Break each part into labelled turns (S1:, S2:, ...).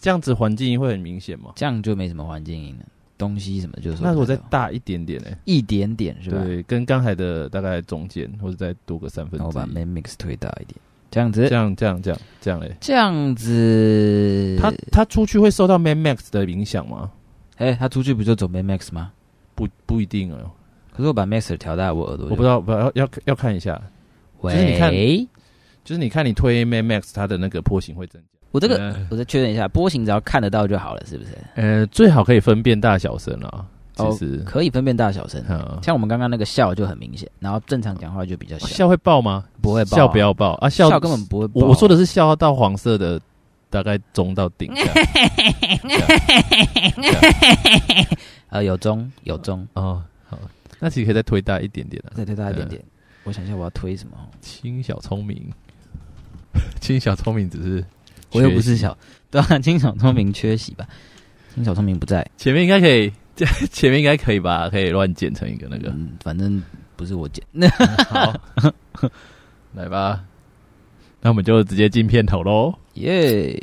S1: 这样子环境音会很明显吗？
S2: 这样就没什么环境音了，东西什么就是说
S1: 那如果
S2: 不太
S1: 再
S2: 好
S1: 大一点点呢、
S2: 一点点是吧？
S1: 对，跟刚才的大概中间，或者再多个三分
S2: 然后
S1: 之
S2: 把
S1: 一。
S2: main mix 推大一点，这样
S1: 这
S2: 子，
S1: 样这样这样这样嘞，
S2: 这样子，
S1: 他他出去会受到 Man Max 的影响吗？
S2: 哎，他出去不就走 main mix 吗？
S1: 不不一定
S2: 啊
S1: 哦，
S2: 可是我把 mixer 调大，我耳朵
S1: 我
S2: 就
S1: 不知道，不要要要看一下。就是你看
S2: 喂，
S1: 就是你看你推 Man Max，它的那个波形会增加。
S2: 我这个
S1: 呃
S2: 我再确认一下，波形只要看得到就好了，是不是？
S1: 呃，最好可以分辨大小声啊。其
S2: 哦
S1: 实，
S2: 可以分辨大小声，
S1: 嗯，
S2: 像我们刚刚那个笑就很明显，然后正常讲话就比较小，
S1: 笑会爆吗？
S2: 不会爆啊
S1: 笑不要爆啊！
S2: 笑根本不会爆。
S1: 我我说的是笑到黄色的，大概中到顶这样。
S2: 呃有中有中，
S1: 哦，好，那其实可以再推大一点点啊，
S2: 再推大一点点。呃我想一下我要推什么，
S1: 轻小聪明， 轻小聪明只是
S2: 我又不
S1: 缺
S2: 是
S1: 席
S2: 小， 对啊，金小聪明缺席吧？金小聪明不在，
S1: 前面应该可以， 前面应该可以吧？可以乱剪成一个那个。
S2: 嗯，反正不是我剪。
S1: 好，来吧，那我们就直接进片头喽。
S2: 耶、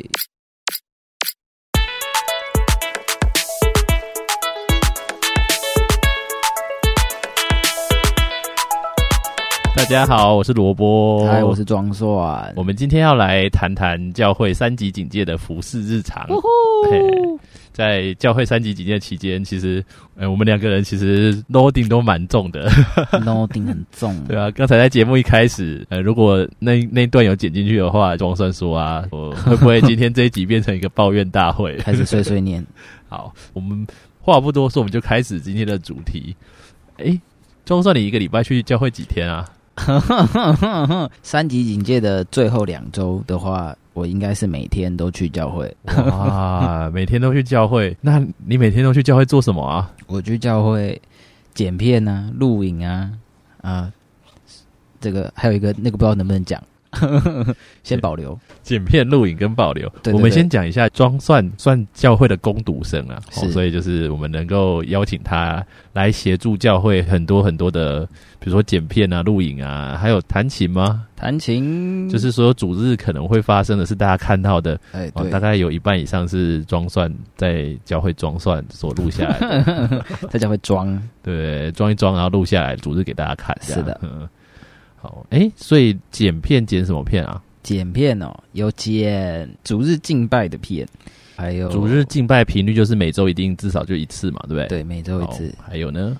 S1: 大家好，我是萝卜，
S2: 嗨，我是庄硕。
S1: 我们今天要来谈谈教会三级警戒的服饰日常。嘿在教会三级警戒期间，其实，呃，我们两个人其实 loading 都蛮重的，
S2: No 顶很重，
S1: 对啊。刚才在节目一开始，呃，如果那那一段有剪进去的话，装算说啊，我会不会今天这一集变成一个抱怨大会？
S2: 开始碎碎念。
S1: 好，我们话不多说，我们就开始今天的主题。诶，装算你一个礼拜去教会几天啊？
S2: 三级警戒的最后两周的话，我应该是每天都去教会。
S1: 哇，每天都去教会，那你每天都去教会做什么啊？
S2: 我去教会剪片啊、录影啊啊，这个还有一个那个不知道能不能讲， 先保留。
S1: 剪片、录影跟保留。
S2: 对对
S1: 我们
S2: 对
S1: 先讲一下庄算算教会的攻读生啊，哦
S2: 是
S1: 所以就是我们能够邀请他来协助教会很多很多的，比如说剪片啊、录影啊，还有弹琴吗？
S2: 弹琴
S1: 就是所有主日可能会发生的是大家看到的，
S2: 哎，
S1: 哦，
S2: 对
S1: 大，概有一半以上是装蒜在教会装蒜所录 下来的，
S2: 在教会装，
S1: 对，装一装然后录下来，组织给大家看。这样
S2: 是的，
S1: 嗯，好，哎、所以剪片剪什么片啊？
S2: 剪片哦，有剪主日敬拜的片，还有
S1: 主日敬拜频率就是每周一定至少就一次嘛，对不对？，
S2: 对每周一次，
S1: 还有呢，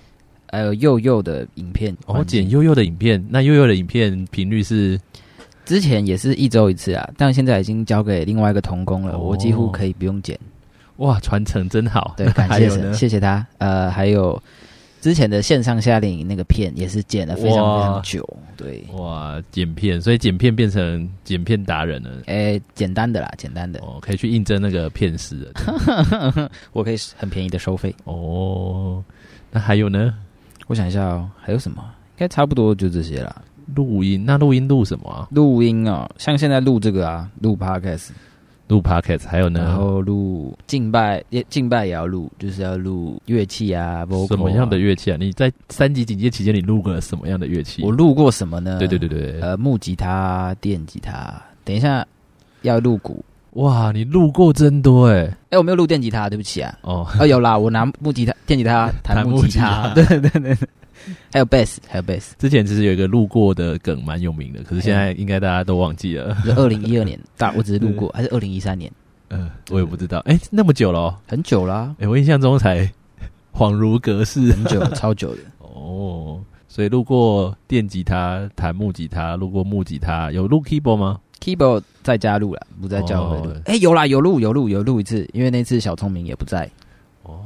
S2: 还有幼幼的影片环节。
S1: 哦，剪悠悠的影片，那悠悠的影片频率是
S2: 之前也是一周一次啊，但现在已经交给另外一个童工了，
S1: 哦
S2: 我几乎可以不用剪。
S1: 哇，传承真好。，
S2: 对 感
S1: 还
S2: 谢
S1: 有
S2: 神，
S1: 呢，
S2: 谢谢他。呃，还有之前的线上夏令营那个片也是剪了非常
S1: 哇
S2: 非常久，对，
S1: 哇，剪片，所以剪片变成剪片达人了。
S2: 哎、简单的啦，简单的，
S1: 哦，可以去应征那个片师了。
S2: 我可以很便宜的收费。
S1: 哦，那还有呢？
S2: 我想一下哦，还有什么？应该差不多就这些啦。
S1: 录音，那录音录什么啊？
S2: 录音哦，像现在录这个啊，录 podcast，
S1: 嗯录 podcast，还有呢？
S2: 然后录敬拜，也敬拜也要录，就是要录乐器啊，vocal 啊
S1: 什么样的乐器啊？你在三级警戒期间，你录个什么样的乐器？
S2: 我录过什么呢？
S1: 对对对对，
S2: 呃，木吉他、电吉他，等一下要录鼓。
S1: 哇，你录过真多哎！
S2: 哎、我没有录电吉他，对不起啊。
S1: 哦，
S2: 啊，有啦，我拿木吉他、电 吉他弹
S1: 弹
S2: 木
S1: 木
S2: 吉他，
S1: 吉
S2: 对 对对对，还有 bass，还有 bass，
S1: 之前其实有一个录过的梗蛮有名的，可是现
S2: 哎
S1: 在应该大家都忘记了。
S2: 是二零一 二年，大我只是路过，还是二零一三年，
S1: 嗯，我也不知道，哎，那么久了哦，
S2: 很久啦、
S1: 哎，我印象中才 恍如隔世
S2: 很久，超久的。
S1: 哦。所以录过电吉他、弹木吉他，录过木吉他，有录 keyboard 吗？
S2: keyboard 在家录了，不在教会录
S1: 哦。
S2: 哎、有啦，有录有录有录一次，因为那次小聪明也不在。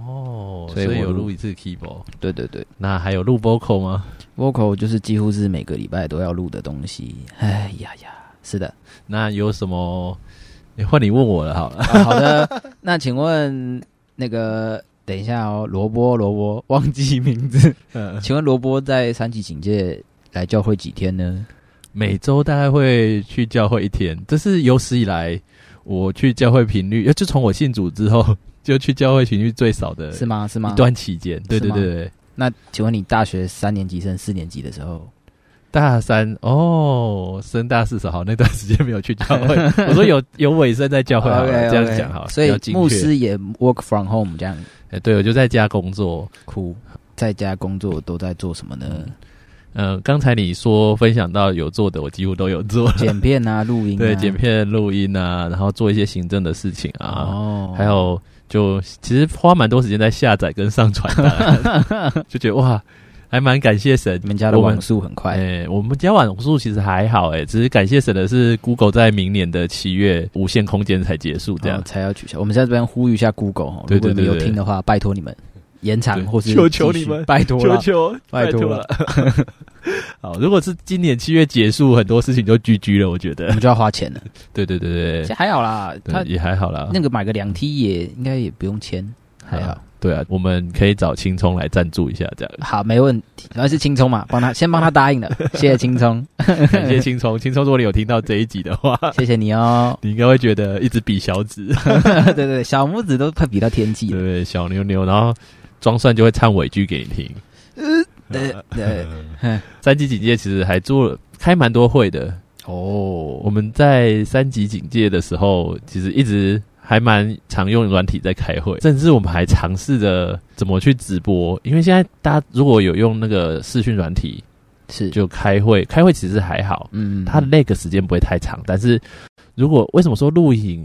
S1: 哦所
S2: 所以
S1: 以
S2: 我
S1: 有
S2: 录
S1: 录一次 keyboard。
S2: 对对对
S1: 那还有录 vocal 吗？
S2: ，vocal 就是几乎是每个礼拜都要录的东西。哎呀呀，是的。
S1: 那有什么？你换你问我了好了。
S2: 啊好的，那请问那个。等一下哦，萝卜，萝卜，忘记名 字。请问萝卜在三级警戒来教会几天呢？
S1: 每周大概会去教会一天，这是有史以来我去教会频率，呃就从我信主之后就去教会频率最少的
S2: 是吗？是吗
S1: 一？段期间。对对
S2: 是吗
S1: 对对，
S2: 那请问你大学三年级升四年级的时候，
S1: 大三哦，升大四时好，那段时间没有去教 会。我说有有尾声在啊教会好了
S2: OK，OK
S1: 这样讲好了。
S2: 哦所
S1: 比较
S2: 以
S1: 精
S2: 牧
S1: 确、
S2: 师也 work from home 这样
S1: 哎对，我就在家工作。
S2: 哭，在家工作都在做什么呢？
S1: 呃，刚才你说分享到有做的，我几乎都有做，
S2: 剪片啊，录音 啊，
S1: 对，剪片、录音啊，然后做一些行政的事情啊，
S2: 哦，
S1: 还有就其实花蛮多时间在下载跟上传的， 就觉得哇，还蛮感谢神
S2: 你。们家的
S1: 我们
S2: 网速很快，
S1: 哎、我们家网速其实还好、哎，只是感谢神的是，Google 在明年的七月无限空间才结束，这样
S2: 哦、才要取消。我们在这边呼吁一下 Google 哦，
S1: 啊对
S2: 如果
S1: 对
S2: 你们
S1: 对
S2: 有
S1: 对
S2: 听的话，拜托你们延长
S1: 对
S2: 或是
S1: 求求
S2: 继续
S1: 你们
S2: 拜托了。
S1: 求
S2: 拜托了。
S1: 好，如果是今年七月结束，很多事情就 GG 了，我觉
S2: 我
S1: 得。
S2: 们就要花钱了，
S1: 对对对对
S2: 其
S1: 对，
S2: 实还好啦，
S1: 对啊
S2: 他
S1: 也还好啦。
S2: 那个买个两 T 也应该也不用签，还好
S1: 啊。对啊，我们可以找青葱来赞助一下，这 样
S2: 好，没问题。然后是青葱嘛， 帮他先帮他答应了，谢谢青葱，
S1: 感谢青葱。青葱，如果你有听到这一集的 话，
S2: 谢谢你 哦。
S1: 你应该会觉得一直比小 指，
S2: 对对对，小拇指都快比到天际
S1: 对
S2: 了。
S1: 对，小妞妞，然后装蒜就会唱尾句给你听。
S2: 对对，
S1: 三级警戒其实还做了开蛮多会的，
S2: 哦
S1: 我们在三级警戒的时候，其实一直还蛮常用软体在开会，甚至我们还尝试着怎么去直播，因为现在大家如果有用那个视讯软体，
S2: 是
S1: 就开会，开会其实还好，
S2: 嗯，
S1: 它的那个时间不会太长，但是如果为什么说录影？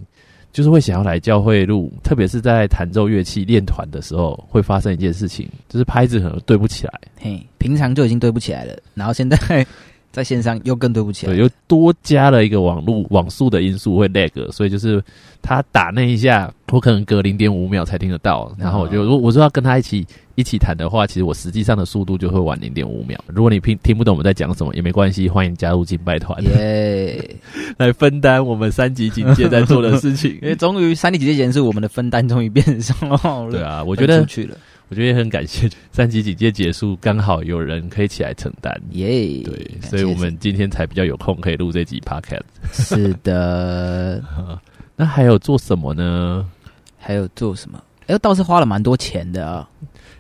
S1: 就是会想要来教会录，特别是在弹奏乐器练团的时候，会发生一件事情，就是拍子可能对不起来，
S2: 嘿，平常就已经对不起来了，然后现在 在线上又更对不起来
S1: 对，。又多加了一个网络网速的因素会 lag，所以就是他打那一下，我可能隔零点五秒才听得到，然后我就
S2: 哦
S1: 如果我说要跟他一起一起弹的话，其实我实际上的速度就会晚零点五秒。如果你听听不懂我们在讲什么也没关系，欢迎加入敬拜 团、
S2: 耶！
S1: 来分担我们三级警戒在做的事 情。
S2: 因为终于三体节结束，我们的分担终于变上了。
S1: 对，啊，我
S2: 我
S1: 觉得
S2: 出去了，
S1: 我觉得也很感谢三级警戒结束，刚好有人可以起来承担。
S2: 耶！
S1: 对，
S2: 感谢
S1: 所以我们今天才比较有空可以录这集 podcast。
S2: 是的，
S1: 那还有做什么呢？
S2: 还有做什么？哎，倒是花了蛮多钱的啊。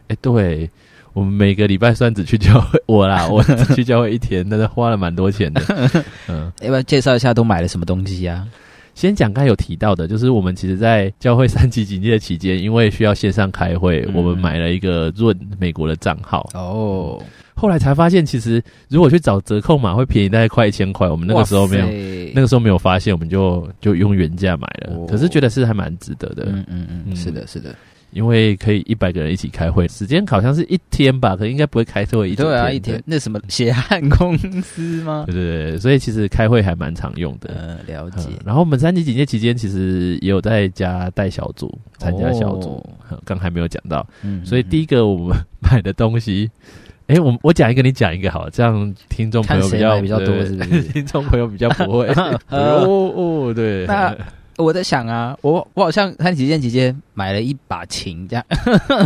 S1: 哎、对我们每个礼拜算只去教会，我啦，我只去教会一天，但是花了蛮多钱的。 嗯，
S2: 要不要介绍一下都买了什么东西啊呀？
S1: 先讲刚才有提到的，就是我们其实，在教会三级警戒期间，因为需要线上开会，
S2: 嗯
S1: 我们买了一个润美国的账号。
S2: 哦，
S1: 后来才发现，其实如果去找折扣码，会便宜大概快一千块。我们那个时候没有，
S2: 有
S1: 那个时候没有发现，我们就就用原价买了。
S2: 哦
S1: 可是觉得是还蛮值得的。
S2: 嗯嗯嗯，
S1: 嗯
S2: 是的，是的，
S1: 因为可以一百个人一起开会，时间好像是一天吧，可能应该不会开会一整
S2: 对啊，
S1: 天
S2: 一天那什么血汗公司吗？
S1: 对对对，所以其实开会还蛮常用的。
S2: 呃，了
S1: 嗯
S2: 解，
S1: 然后我们三级警戒期间，其实也有在家带小组，参加小组。
S2: 哦，
S1: 嗯刚、还没有讲到，
S2: 嗯
S1: 所以第
S2: 一
S1: 一个我们 买的东西，哎、我我讲一个，你讲一个好了，这样听众朋
S2: 看
S1: 友比
S2: 谁
S1: 较
S2: 买比较多
S1: 对
S2: 是不是？
S1: 听众朋友比较不会。
S2: 呃
S1: 哦哦，对，
S2: 那我在想啊，我我好像看几件几件买了一把琴，这样、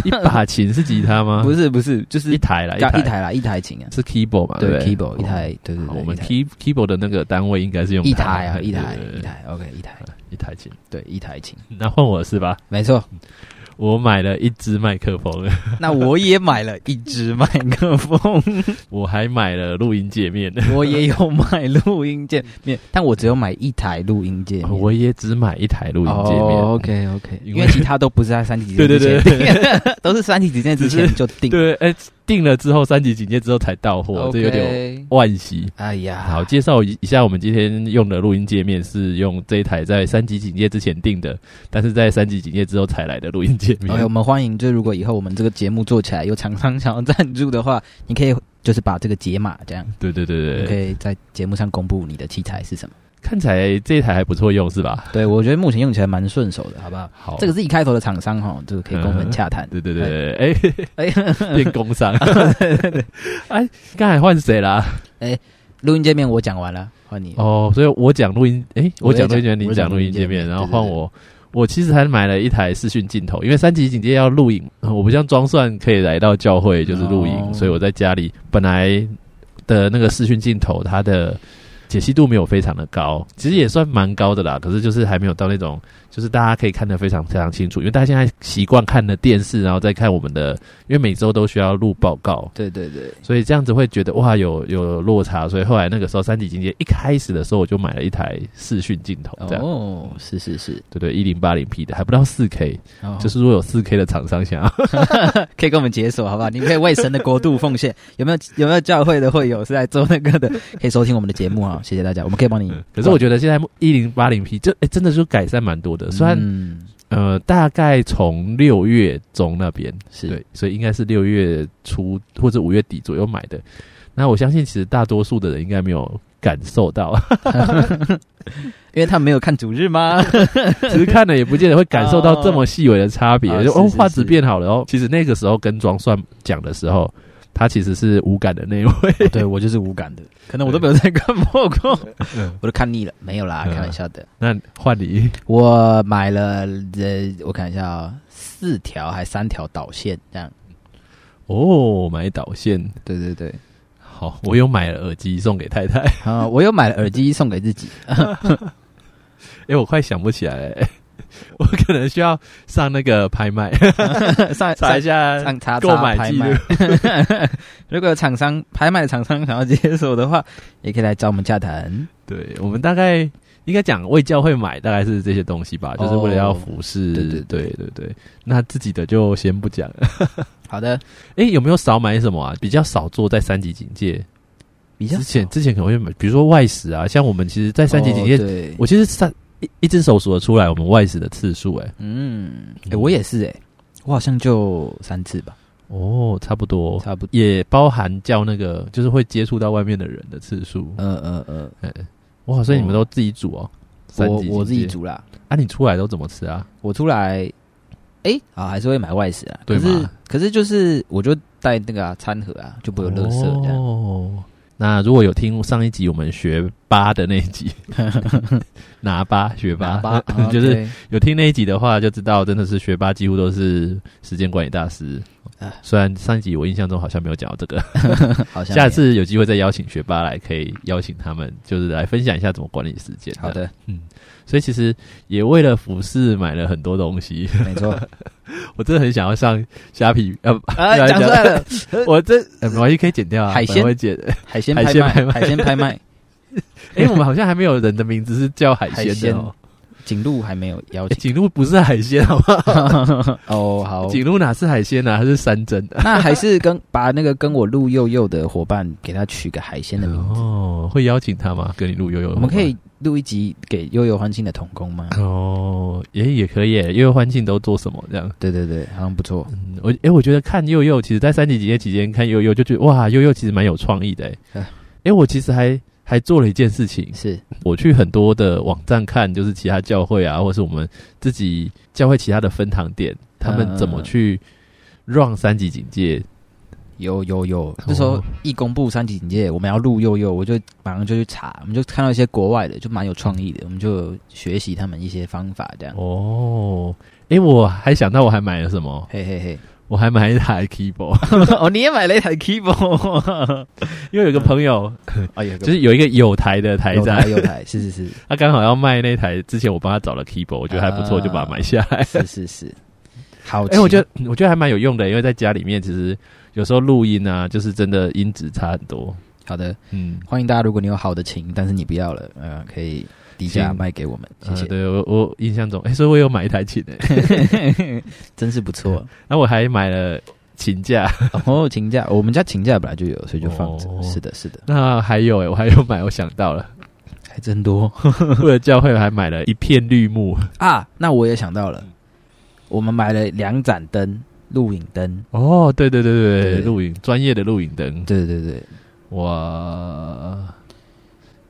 S1: 一把琴是吉他吗？
S2: 不是不是，就是
S1: 啊一台啦，
S2: 刚
S1: 台
S2: 一台啦，一台琴啊，
S1: 是 keyboard 嘛？对不对
S2: keyboard 一。台，对对
S1: 好
S2: 对，
S1: 我们
S2: 一台
S1: key keyboard 的那个单位应该是用
S2: 一台啊，一
S1: 对
S2: 台
S1: 对对啊
S2: 一台，OK，一台，
S1: 一台琴。
S2: 对一台琴，
S1: 那换我是吧？
S2: 没错。
S1: 我买了一支麦克风，
S2: 那我也买了一支麦克风，
S1: 我还买了录音界面，
S2: 我也有买录音界面，但我只有买一台录音界面。
S1: 哦我也只买一台录音界面。
S2: 哦、OK OK，
S1: 因
S2: 因
S1: 为
S2: 为其他都不是在三体之前，
S1: 对对
S2: 对， 都是三体之前之前就定。
S1: 对，哎、订了之后三级警戒之后才到货
S2: o
S1: 这
S2: k
S1: 有点惋惜。
S2: 哎呀，
S1: 好，介绍一下我们今天用的录音界面是用这一台在三级警戒之前订的，但是在三级警戒之后才来的录音界面。
S2: 哎 OK，我们欢迎，就如果以后我们这个节目做起来，有厂商想要赞助的话，你可以就是把这个解码这样，
S1: 对对对
S2: 你
S1: 对
S2: 可
S1: 对，
S2: 以在节目上公布你的器材是什么。
S1: 看起来这一台还不错用是吧？
S2: 对我觉得目前用起来蛮顺手的，好不好？
S1: 好，
S2: 这个是一开头的厂商哈，这个可以跟我们洽谈。
S1: 对对对对，哎、嘿
S2: 哎，
S1: 嘿变工商。 哎，刚才换谁啦？
S2: 录音界面我讲完了，换你。
S1: 哦，所以我讲录音，诶，
S2: 我
S1: 我讲
S2: 也
S1: 录音界面，
S2: 讲
S1: 你
S2: 我讲
S1: 讲录音界
S2: 录音界
S1: 面，
S2: 面
S1: 然后
S2: 对对
S1: 换
S2: 对
S1: 我。我其实还买了一台视讯镜头，因为三级警戒要录影，呃我不像装蒜可以来到教会就是录影，
S2: 哦
S1: 所以我在家里本来的那个视讯镜头，它的解析度没有非常的高，其实也算蛮高的啦。可是就是还没有到那种，就是大家可以看得非常非常清楚，因为大家现在习惯看的电视，然后再看我们的，因为每周都需要录报告，
S2: 对对对，
S1: 所以这样子会觉得哇有有落差。所以后来那个时候三级警戒一开始的时候，我就买了一台视讯镜头，这样、
S2: 哦，是是是，
S1: 对对，一零八零 P 的，还不到四 K，、
S2: 哦
S1: 就是如果有四 K 的厂商想要，
S2: 可以跟我们解锁好不好？你可以为神的国度奉献，有没有有没有教会的会友是来做那个的？可以收听我们的节目啊，谢谢大家，我们可以帮你。
S1: 嗯可是我觉得现在一零八零 P 就哎、真的就改善蛮多的，虽然、
S2: 嗯
S1: 呃大概从六月中那边。
S2: 是
S1: 对，所以应该是六月初或者五月底左右买的。那我相信，其实大多数的人应该没有感受到，
S2: 因为他没有看主日吗？
S1: 其实看了也不见得会感受到这么细微的差别。
S2: 哦
S1: 就
S2: 哦
S1: 哦
S2: 是，是
S1: 画质
S2: 是
S1: 变好了哦。其实那个时候跟装蒜讲的时候，他其实是无感的那一位。
S2: 对我就是无感的，可能我都没有在看报告， 我都看腻了，没有啦，
S1: 嗯
S2: 开玩笑的。
S1: 那换你，
S2: 我买了呃，我看一下啊、四条还三条导线这样。
S1: 哦，买导线。
S2: 对对对，
S1: 好，我有买了耳机送给太太。
S2: 啊、我有买了耳机送给自己，
S1: 哎、我快想不起来了、欸 我可能需要上那个拍 卖
S2: 上
S1: 查一
S2: 上
S1: 下
S2: 上查
S1: 购
S2: 查
S1: 买
S2: 拍
S1: 记
S2: 卖
S1: 录。
S2: 如果有厂商拍卖的厂商想要接手的话，也可以来找我们洽谈。
S1: 对，我们大概应该讲为教会买，大概是这些东西吧，
S2: 哦
S1: 就是为了要服侍。
S2: 对对
S1: 对对对那自己的就先不讲。
S2: 好的，
S1: 哎、有没有少买什么啊？比较少做在三级警戒
S2: 比较
S1: 之前，
S2: 少
S1: 之前可能会买，比如说外食啊，像我们其实，在三级警戒，
S2: 哦对，
S1: 我其实三一一只手数得出来我们外食的次数、哎，
S2: 嗯，哎、我也是哎、我好像就三次吧，
S1: 哦，差不多，
S2: 差不多。
S1: 也包含叫那个，就是会接触到外面的人的次数。
S2: 嗯嗯嗯，
S1: 哇，所以你们都自己煮哦？呃三级
S2: 我
S1: 警戒
S2: 我自己，煮啦，
S1: 啊，你出来都怎么吃啊？
S2: 我出来，哎、啊，还是会买外食啊。
S1: 对
S2: 可是
S1: 嘛
S2: 可是就是我就带那个、啊、餐盒啊，就不会有垃圾这样。
S1: 哦，那如果有听上一集我们学八的那一 集， 拿八学
S2: 拿
S1: 八，
S2: 吧， 啊
S1: 就是
S2: 对
S1: 有听那一集的话，就知道真的是学霸几乎都是时间管理大师
S2: 啊。
S1: 虽然上一集我印象中好像没有讲到 这个，
S2: 好像
S1: 下次有机会再邀请学霸来，可以邀请他们就是来分享一下怎么管理时间。
S2: 好，的，
S1: 所以其实也为了服饰买了很多东西，
S2: 没错。
S1: 我真的很想要上虾皮，呃，
S2: 啊，
S1: 讲
S2: 讲出来了，
S1: 我这呃没关系可以剪掉啊，
S2: 海鲜
S1: 我会剪。
S2: 海鲜
S1: 海
S2: 拍
S1: 鲜拍
S2: 卖，
S1: 卖
S2: 海鲜拍卖，
S1: 哎、我们好像还没有人的名字是叫海鲜的哦、
S2: 景路还没有邀
S1: 诶
S2: 请。
S1: 景路不是海鲜，好吗？
S2: 哦，好，
S1: 景路哪是海鲜啊？它是山珍的。
S2: 那还是跟把那个跟我陆佑佑的伙伴给他取个海鲜的名字。
S1: 哦，会邀请他吗？跟你录悠悠，
S2: 我们可以录一集给悠悠欢庆的童工 吗？
S1: 哦，也也可以耶。悠悠欢庆都做什么？这样，
S2: 对对对，好像不错。
S1: 嗯我哎、诶我觉得看悠悠，其实在三级警戒期间看悠悠，就觉得哇，悠悠其实蛮有创意的诶。哎
S2: 哎、
S1: 我其实还还做了一件事情，
S2: 是，
S1: 我去很多的网站看，就是其他教会啊，或是我们自己教会其他的分堂点，他们怎么
S2: 嗯
S1: 去 run 三级警戒
S2: 有有有，哦那时候一公布三级警戒，我们要录悠悠，我就马上就去查，我们就看到一些国外的，就蛮有创意的，我们就学习他们一些方法这样。
S1: 哦，诶，我还想到我还买了什么？
S2: 嘿嘿 嘿，
S1: 我还买了一台 keyboard，
S2: 哦，你也买了一台 keyboard，哦
S1: 因为有一个朋友
S2: 哎呀，就
S1: 就是有一个有台的台
S2: 有
S1: 仔，
S2: 台有台，是是是
S1: 他刚好要卖那台，之前我帮他找了 keyboard，我觉得还不错，
S2: 啊
S1: 就把它买下来。哎
S2: 是是是， 哎好奇，
S1: 诶，我觉得我觉得还蛮有用的，因为在家里面其实有时候录音啊，就是真的音质差很多。
S2: 好的，
S1: 嗯，
S2: 欢迎大家，如果你有好的琴，但是你不要了，呃，可以低价
S1: 行
S2: 卖给我们，谢
S1: 呃
S2: 谢，
S1: 对我我印象中，诶，所以我有买一台琴诶，
S2: 真是不错。
S1: 然后我还买了琴架，
S2: 哦，琴架，我们家琴架本来就有，所以就放
S1: 哦
S2: 着。是的，是的，
S1: 那还有欸诶，我还有买，我想到 了，
S2: 还真多。
S1: 为了教会我还买了一片绿幕。
S2: 啊，那我也想到了，
S1: 嗯
S2: 我们买了两盏灯，录影灯。
S1: 哦，对对对对对，
S2: 对
S1: 露营专业的露营灯，
S2: 对对对，
S1: 哇，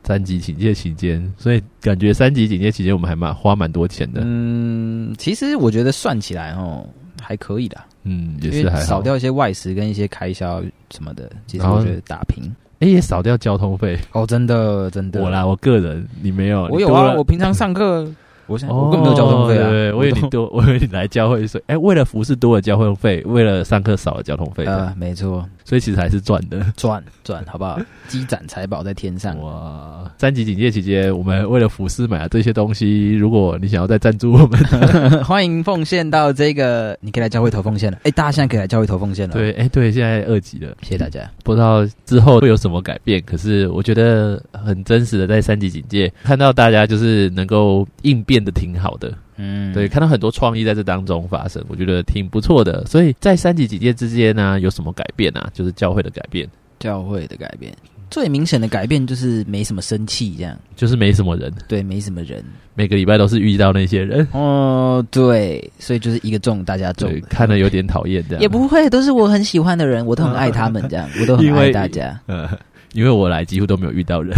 S1: 三级警戒期间，所以感觉三级警戒期间我们还蛮花蛮多钱的，嗯
S2: 嗯，其实我觉得算起来哦，还可以的，
S1: 嗯也
S2: 因
S1: 是还
S2: 为
S1: 好
S2: 少，掉一些外食跟一些开销什么的，其实
S1: 然后
S2: 我觉得打平。
S1: 哎、也少掉交通费。
S2: 哦，真的真的，
S1: 我啦，我个人你没有，
S2: 我
S1: 你
S2: 有
S1: 多
S2: 啊，
S1: 了
S2: 我平常上课我我现在我根本没有交通费啊，
S1: 哦对，我以为 你多， 我以为你来教会说，哎、为了服侍多了交通费，为了上课少了交通费、
S2: 呃，没错，
S1: 所以其实还是赚的。
S2: 赚赚好不好？积攒财宝在天上，
S1: 哇！三级警戒期间，我们为了服侍买了这些东西，如果你想要再赞助我们，
S2: 啊欢迎奉献到这个，你可以来教会投奉献了。哎，大家现在可以来教会投奉献了，，
S1: 对，哎、对，现在二级了，
S2: 谢谢大家。
S1: 不知道之后会有什么改变。可是我觉得很真实的，在三级警戒看到大家就是能够应变的挺好的，
S2: 嗯，
S1: 对，看到很多创意在这当中发生，我觉得挺不错的。所以在三级警戒之间呢、有什么改变啊？就是教会的改变，
S2: 教会的改变，最明显的改变就是没什么生气，这样
S1: 就是没什么人，
S2: 对，没什么人。
S1: 每个礼拜都是遇到那些 人，
S2: 哦，对，所以就是一个中大家中
S1: 对，，看了有点讨厌这样。
S2: 也不会，都是我很喜欢的人，我都很爱他们，这样我 都很
S1: 因
S2: 爱
S1: 为
S2: 大家。
S1: 呃，因为我来几乎都没有遇到 人，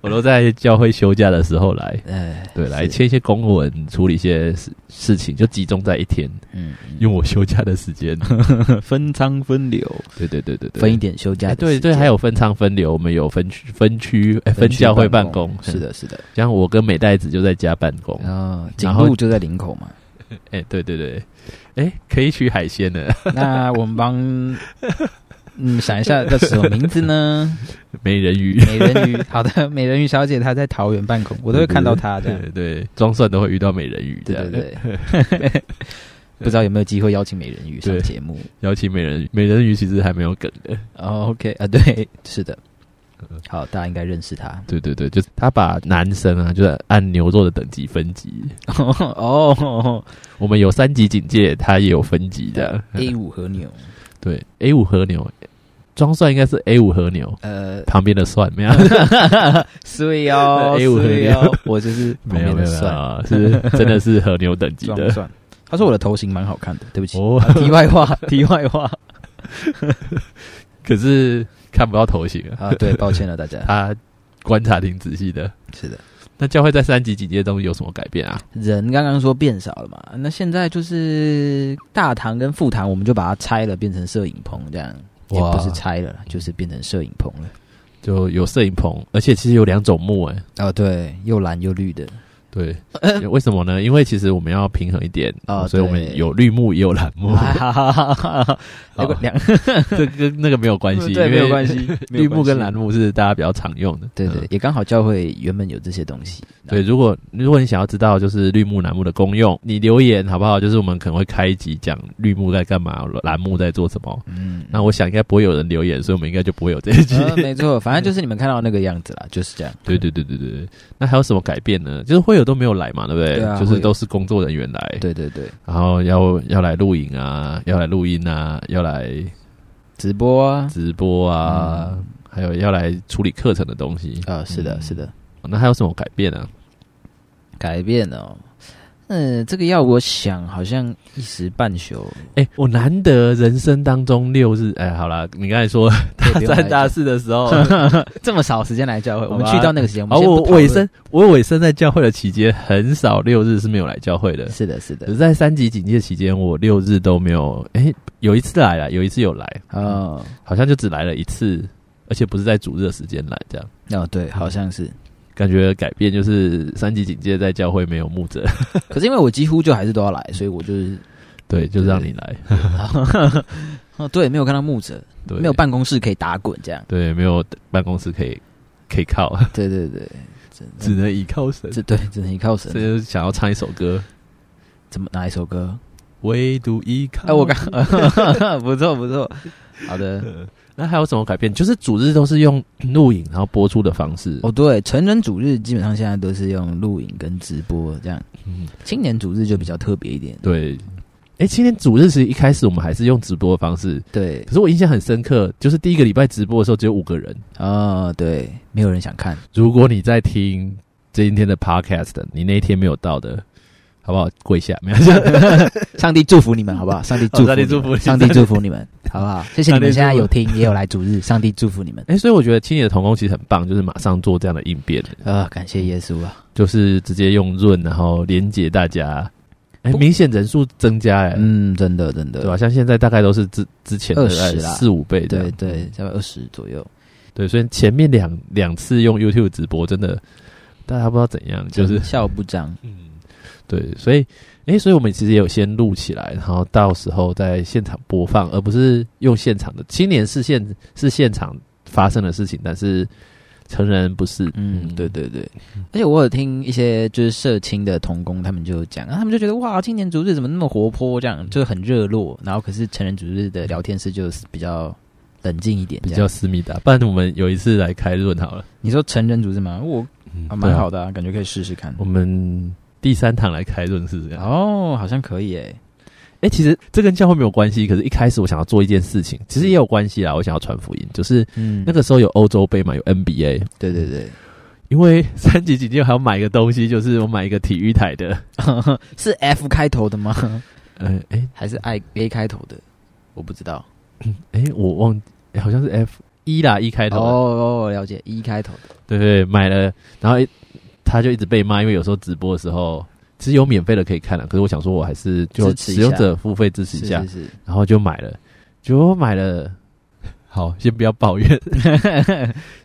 S1: 我都在教会休假的时候来，
S2: 呃，
S1: 对，来
S2: 是
S1: 签一些公文，处理一些事事情，就集中在一天，
S2: 嗯，
S1: 用我休假的时 间。
S2: 分仓分流，
S1: 对对对对对，
S2: 分一点休假
S1: 哎。
S2: 的时
S1: 对
S2: 间。啊
S1: 对，还有分仓分流，我们有分区、分区、哎分
S2: 区
S1: 教会办公
S2: 公，，是，的，是的。
S1: 像我跟美代子就在家办公。
S2: 啊，景
S1: 然后
S2: 路就在林口嘛。
S1: 哎，对对对，哎，可以取海鲜了，
S2: 那我们 帮嗯想一下叫什么名字 呢？
S1: 美人鱼。
S2: 美人鱼，好的，美人鱼小姐她在桃园办公，我都会看到她这样。
S1: 对对，装蒜都会遇到美人鱼，这
S2: 对
S1: 样
S2: 对对， 不知道有没有机会邀请美人鱼上
S1: 对
S2: 节目？
S1: 邀请美人鱼，美人鱼其实还没有梗的。
S2: 哦，OK 啊，对，是的。好，大家应该认识他。
S1: 对对对，就是他把男生啊，就是按牛座的等级分级，
S2: 哦
S1: 我们有三级警戒，他也有分级的。
S2: ，A 五和牛，
S1: 对，A 五和牛，装蒜应该是 A 五和牛
S2: 呃，
S1: 旁边的 蒜，没有
S2: 所以哦
S1: A5 和
S2: 所以
S1: 牛
S2: 哦，我就是旁
S1: 没有
S2: 边
S1: 没
S2: 的
S1: 有，没有
S2: 蒜，
S1: 啊是真的是和牛等级
S2: 算不
S1: 的。
S2: 算？他说我的头型蛮好看的，对不起。
S1: 哦，
S2: 啊 题 外话，题外话
S1: 可是看不到头型啊，
S2: 啊，对， 抱歉了大家。
S1: 他观察挺仔细的。
S2: 是的，
S1: 那教会在三级警戒中有什么改变啊？
S2: 人刚刚说变少了嘛，那现在就是大堂跟副堂，我们就把它拆了，变成摄影棚这样，也
S1: 哇
S2: 不是拆了啦，就是变成摄影棚了。
S1: 就有摄影棚，而且其实有两种木哎、
S2: 哦，对，又蓝又绿的，
S1: 对，为什么呢？因为其实我们要平衡一点，
S2: 哦
S1: 所以我们
S2: 对啊
S1: 有绿幕也有蓝幕，
S2: 哈哈哈哈哈！
S1: 好
S2: 两
S1: 这跟那个没有关系，
S2: 对，没有关
S1: 系。
S2: 系，没有
S1: 绿幕
S2: 关系
S1: 跟蓝，幕是大家比较常用的，
S2: 对
S1: 嗯
S2: 对，也刚好教会原本有这些东 西，
S1: 对，如果如果你想要知道就是绿幕、蓝幕的功用，你留言好不好？就是我们可能会开一集讲绿幕在干嘛，蓝幕在做什么。
S2: 嗯，
S1: 那我想应该不会有人留言，所以我们应该就不会有这一 集。
S2: 呃没错，反正就是你们看到那个样子啦，就是这样，
S1: 对对对对对对。那还有什么改变呢？就是会有都没有来嘛，对不对？
S2: 对啊
S1: 就是都是工作人员来，
S2: 对对对，
S1: 然后要要来录影啊，要来录音啊，要来
S2: 直播啊，
S1: 直播啊，
S2: 嗯
S1: 还有要来处理课程的东西。
S2: 啊，是的，
S1: 嗯
S2: 是的，
S1: 那还有什么改变呢、
S2: 改变哦。嗯，这个要我想，好像一时半宿，
S1: 哎、我难得人生当中六日，哎、好啦，你刚才 说
S2: 可
S1: 大
S2: 以不用来
S1: 三大
S2: 教
S1: 四的时 候，
S2: 这么少时间来教会，我们
S1: 好吧
S2: 去到那个时间，
S1: 而
S2: 们先
S1: 我
S2: 不讨论
S1: 尾声，我尾声在教会的期间，很少六日是没有来教会的。
S2: 是的，是
S1: 可是，
S2: 的，
S1: 在三级警戒期间，我六日都没有。哎、有一次来了，有一次有来，
S2: 哦
S1: 好像就只来了一次，而且不是在主日的时间来，这样
S2: 哦，对，好像是，
S1: 感觉改变就是三级警戒在教会没有牧者，
S2: 可是因为我几乎就还是都要来，所以我就是，
S1: 对，就让你来，
S2: 哦，对，没有看到牧者，
S1: 对，
S2: 没有，办公室可以打滚 这样，
S1: 对，没有办公室可以可以靠，
S2: 对对对，真
S1: 只能依靠神。
S2: 这对只能依靠神
S1: 这，就是想要唱一首歌，
S2: 怎么哪一首歌？
S1: 唯独依靠。
S2: 哎、我刚 不错不错，好的。
S1: 那还有什么改变？就是主日都是用录影然后播出的方式。
S2: 哦，对，成人主日基本上现在都是用录影跟直播这样，
S1: 嗯，
S2: 青年主日就比较特别一点。
S1: 对。哎，今天主日其实一开始我们还是用直播的方式，
S2: 对
S1: 可是我印象很深刻，就是第一个礼拜直播的时候只有五个人。
S2: 啊、对，没有人想看，
S1: 如果你在听今天的 podcast，你那一天没有到的，好不好？跪下，没有下。
S2: 上帝祝福你们，好不好？上帝祝福你
S1: 哦上帝
S2: 们，
S1: 祝福你
S2: 上帝祝福你们，好不好？谢谢你们现在有听，也有来主日，上帝祝福你们。
S1: 哎， 所以我觉得青年的童工其实很棒，就是马上做这样的应变，
S2: 啊，感谢耶稣啊！
S1: 就是直接用润，然后连接大家。哎，
S2: 不
S1: 明显人数增加，哎，
S2: 嗯，真的，真
S1: 对
S2: 的，
S1: 吧？像现在大概都是之之前的
S2: 20啦
S1: 四五倍这样，
S2: 对对，大概二十左右，
S1: 对，所以前面两两次用 YouTube 直播，真的大家不知道怎样，就是
S2: 成效不彰。
S1: 嗯， 对，所以，诶、所以我们其实也有先录起来，然后到时候在现场播放，而不是用现场的。青年是现是现场发生的事情，但是成人不是。
S2: 嗯，对对对，而且我有听一些就是社青的童工，他们就讲，啊他们就觉得哇，青年组织怎么那么活泼，这样就是很热络，然后可是成人组织的聊天室就是比较冷静一点，
S1: 比
S2: 这
S1: 较
S2: 样
S1: 私密的啊、不然我们有一次来开论好了，
S2: 你说成人组织吗？我
S1: 嗯
S2: 啊
S1: 对
S2: 蛮、
S1: 啊
S2: 好的、啊，感觉可以试试看
S1: 我。们第三堂来开论是这样。
S2: 哦，好像可以诶，
S1: 哎、其实这跟教会没有关系，可是一开始我想要做一件事情，其实也有关系啦。我想要传福音，就是
S2: 嗯，
S1: 那个时候有欧洲杯嘛，有 NBA，
S2: 对对对，
S1: 因为三级警戒还要买一个东西，就是我买一个体育台的，
S2: 是 F 开头的吗？
S1: 呃，哎、
S2: 还是 I A 开头的？我不知道。
S1: 哎、我忘记、诶好像是 F 一啦，一开头的，
S2: 哦哦，了解，E 开头的。
S1: 对对，买了，然后、诶他就一直被骂，因为有时候直播的时候其实有免费的可以看了，可是我想说我还是就
S2: 支持一
S1: 使
S2: 下
S1: 用者付费支持
S2: 是
S1: 一下，
S2: 是是。
S1: 然后就买了，结果买了，好，先不要抱 怨，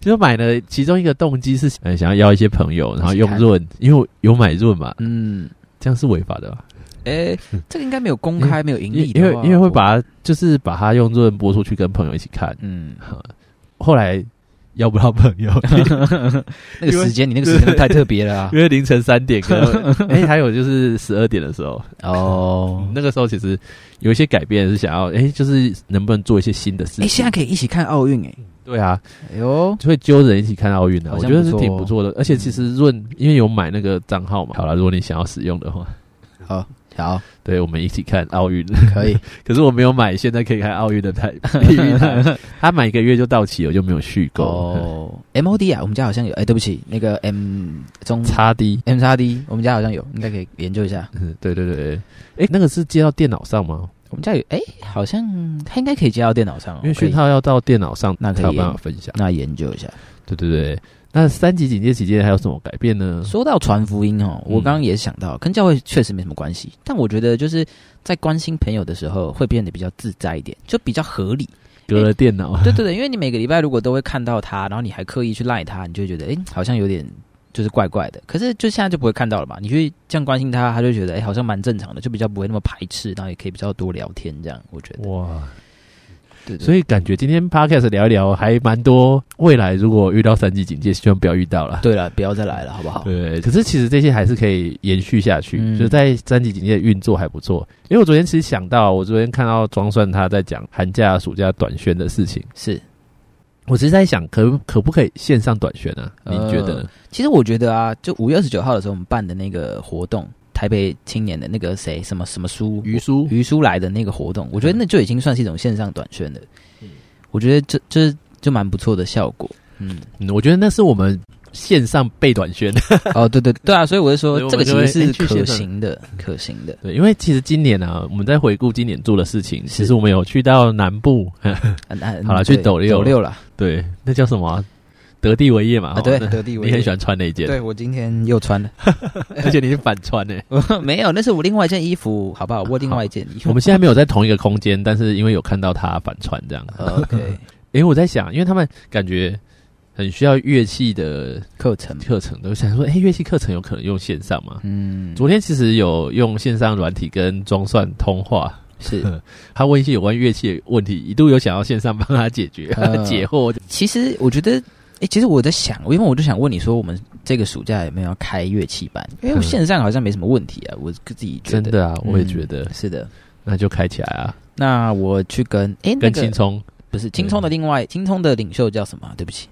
S1: 就买了。其中一个动机是呃想要邀一些朋友，然后用润，因为我有买润嘛，
S2: 嗯，
S1: 这样是违法的吧？
S2: 诶，这个应该没有公开，没有
S1: 嗯
S2: 盈
S1: 因为
S2: 利的
S1: 因为
S2: 话
S1: 因为会把它就是把它用润播出去跟朋友一起看，
S2: 嗯，
S1: 哈后来邀不到朋 友，
S2: 那个时间你那个时间太特别了啊。
S1: 因为凌晨三点跟 哎、还有就是十二点的时候，
S2: 哦，
S1: 那个时候其实有一些改变是想要哎、就是能不能做一些新的事
S2: 诶，
S1: 情？
S2: 现在可以一起看奥运诶。
S1: 对啊，
S2: 哎呦，
S1: 就会揪人一起看奥运的，
S2: 好
S1: 我
S2: 像
S1: 觉得是
S2: 不错哦
S1: 挺不错的。而且其实润因为有买那个账号嘛，好了，如果你想要使用的话，
S2: 好好，
S1: 对我们一起看奥运。
S2: 可以。
S1: 可是我没有买现在可以看奥运的 台体育台，他买一个月就到期了，我就没有续购。
S2: 哦，MOD 啊，我们家好像有。诶，对不起，那个 M 中
S1: 差 D，
S2: M 叉 D，我们家好像有，应该可以研究一下。
S1: 嗯，对对对对，哎、那个是接到电脑上吗？
S2: 我们家有，诶，好像它应该可以接到电脑上哦，
S1: 因为
S2: 可以
S1: 讯号要到电脑上，
S2: 那可
S1: 才
S2: 以
S1: 有办法分享。
S2: 那研究一下。
S1: 对对对，那三级警戒期间还有什么改变呢？
S2: 说到传福音哦，我刚刚也想到，跟教会确实没什么关系，但我觉得就是在关心朋友的时候，会变得比较自在一点，就比较合理。
S1: 隔了电脑，
S2: 对对对，因为你每个礼拜如果都会看到他，然后你还刻意去赖他，你就会觉得诶好像有点就是怪怪的。可是就现在就不会看到了嘛，你去这样关心他，他就觉得诶好像蛮正常的，就比较不会那么排斥，然后也可以比较多聊天这样。我觉 得，
S1: 哇！
S2: 哦对对
S1: 所以感觉今天 podcast 聊一聊还蛮多，未来如果遇到三级警戒，希望不要遇到了。
S2: 对了，不要再来了，好不好？
S1: 对，可是其实这些还是可以延续下去，
S2: 嗯
S1: 就是在三级警戒运作还不错。因为我昨天其实想到，我昨天看到庄算他在讲寒假、暑假短宣的事情，
S2: 是，
S1: 我只是在想可可不可以线上短宣啊？你
S2: 呃
S1: 觉得呢？
S2: 其实我觉得啊，就五月二十九号的时候，我们办的那个活动，台北青年的那个谁什么什么书
S1: 于叔
S2: 呃于书来的那个
S1: 嗯
S2: 活动，我觉得那就已经算是一种线上短宣了。我觉得这这就蛮不错的效果。 嗯，
S1: 嗯，我觉得那是我们线上被短宣。
S2: 哦，对对对啊，所以我就说
S1: 所以我们
S2: 这个其
S1: 就会
S2: 实是
S1: 哎去线
S2: 可
S1: 上
S2: 行的，可行的。
S1: 对，因为其实今年啊，我们在回顾今年做的事情，
S2: 是
S1: 其实我们有去到南部，
S2: 啊那
S1: 好啦
S2: 对
S1: 去斗六
S2: 斗六了
S1: 对，那叫什么啊、得地为业嘛？
S2: 啊，
S1: 哦
S2: 对，
S1: 那
S2: 得地为
S1: 你很喜欢穿那一件，
S2: 对我今天又穿了，
S1: 而且你是反穿呢、
S2: 没有，那是我另外一件衣服，好不好？我另外一件衣 服。
S1: 我们现在没有在同一个空间，但是因为有看到他反穿这样，
S2: 哦 OK
S1: 因为我在想，因为他们感觉很需要乐器的
S2: 课程，
S1: 课程，我想说，哎、乐器课程有可能用线上吗？
S2: 嗯，
S1: 昨天其实有用线上软体跟装算通话，
S2: 是。
S1: 他问一些有关乐器的问题，一度有想要线上帮他解决、
S2: 嗯
S1: 解惑。
S2: 其实我觉得，诶，其实我在想，因为我就想问你说，我们这个暑假有没有要开乐器班？因为
S1: 嗯
S2: 线上好像没什么问题啊，我自己觉
S1: 真
S2: 得。
S1: 的啊，我也觉得，
S2: 嗯是的，
S1: 那就开起来啊，
S2: 那我去跟诶，那
S1: 跟
S2: 个
S1: 青葱，
S2: 不是青葱的另外青葱的领袖叫什么啊？对不起，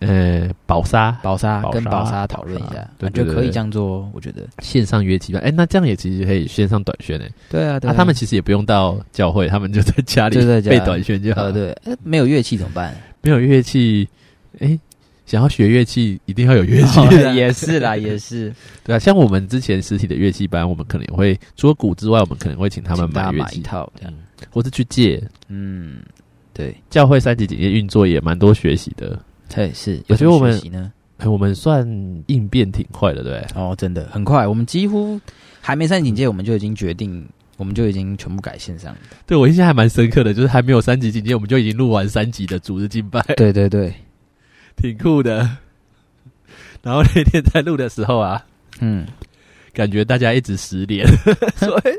S1: 呃，宝沙
S2: 宝莎
S1: 宝
S2: 跟
S1: 莎
S2: 宝莎讨论一
S1: 宝莎
S2: 下，
S1: 对
S2: 感
S1: 对
S2: 觉
S1: 对
S2: 可以
S1: 对
S2: 这样做哦。我觉得，
S1: 线上约起吧，哎、那这样也其实可以线上短宣诶、
S2: 对啊，
S1: 那、他们其实也不用到教会，他们就在家里
S2: 就在家
S1: 被短宣就好
S2: 呃
S1: 了。
S2: 对，诶没有乐器怎么 办？
S1: 没有乐器，哎、想要学乐器一定要有乐器、
S2: 哦也是啦，也是
S1: 对啊。像我们之前实体的乐器班，我们可能会除了鼓之外，我们可能会请他们
S2: 请大家
S1: 买乐
S2: 买一
S1: 器，
S2: 套这样。
S1: 嗯，或是去借。
S2: 嗯，对，
S1: 教会三级警戒运作也蛮多学习的，
S2: 对是。
S1: 我觉得我们
S2: 有什么学习呢？
S1: 哎我们算应变挺快的，对不对？
S2: 哦，真的很快，我们几乎还没三级警戒，我们就已经决定，我们就已经全部改线上了。
S1: 对我印象还蛮深刻的，就是还没有三级警戒，我们就已经录完三级的主日敬拜。
S2: 对对对，
S1: 挺酷的。然后那天在录的时候啊，
S2: 嗯，
S1: 感觉大家一直失 联。
S3: 说哎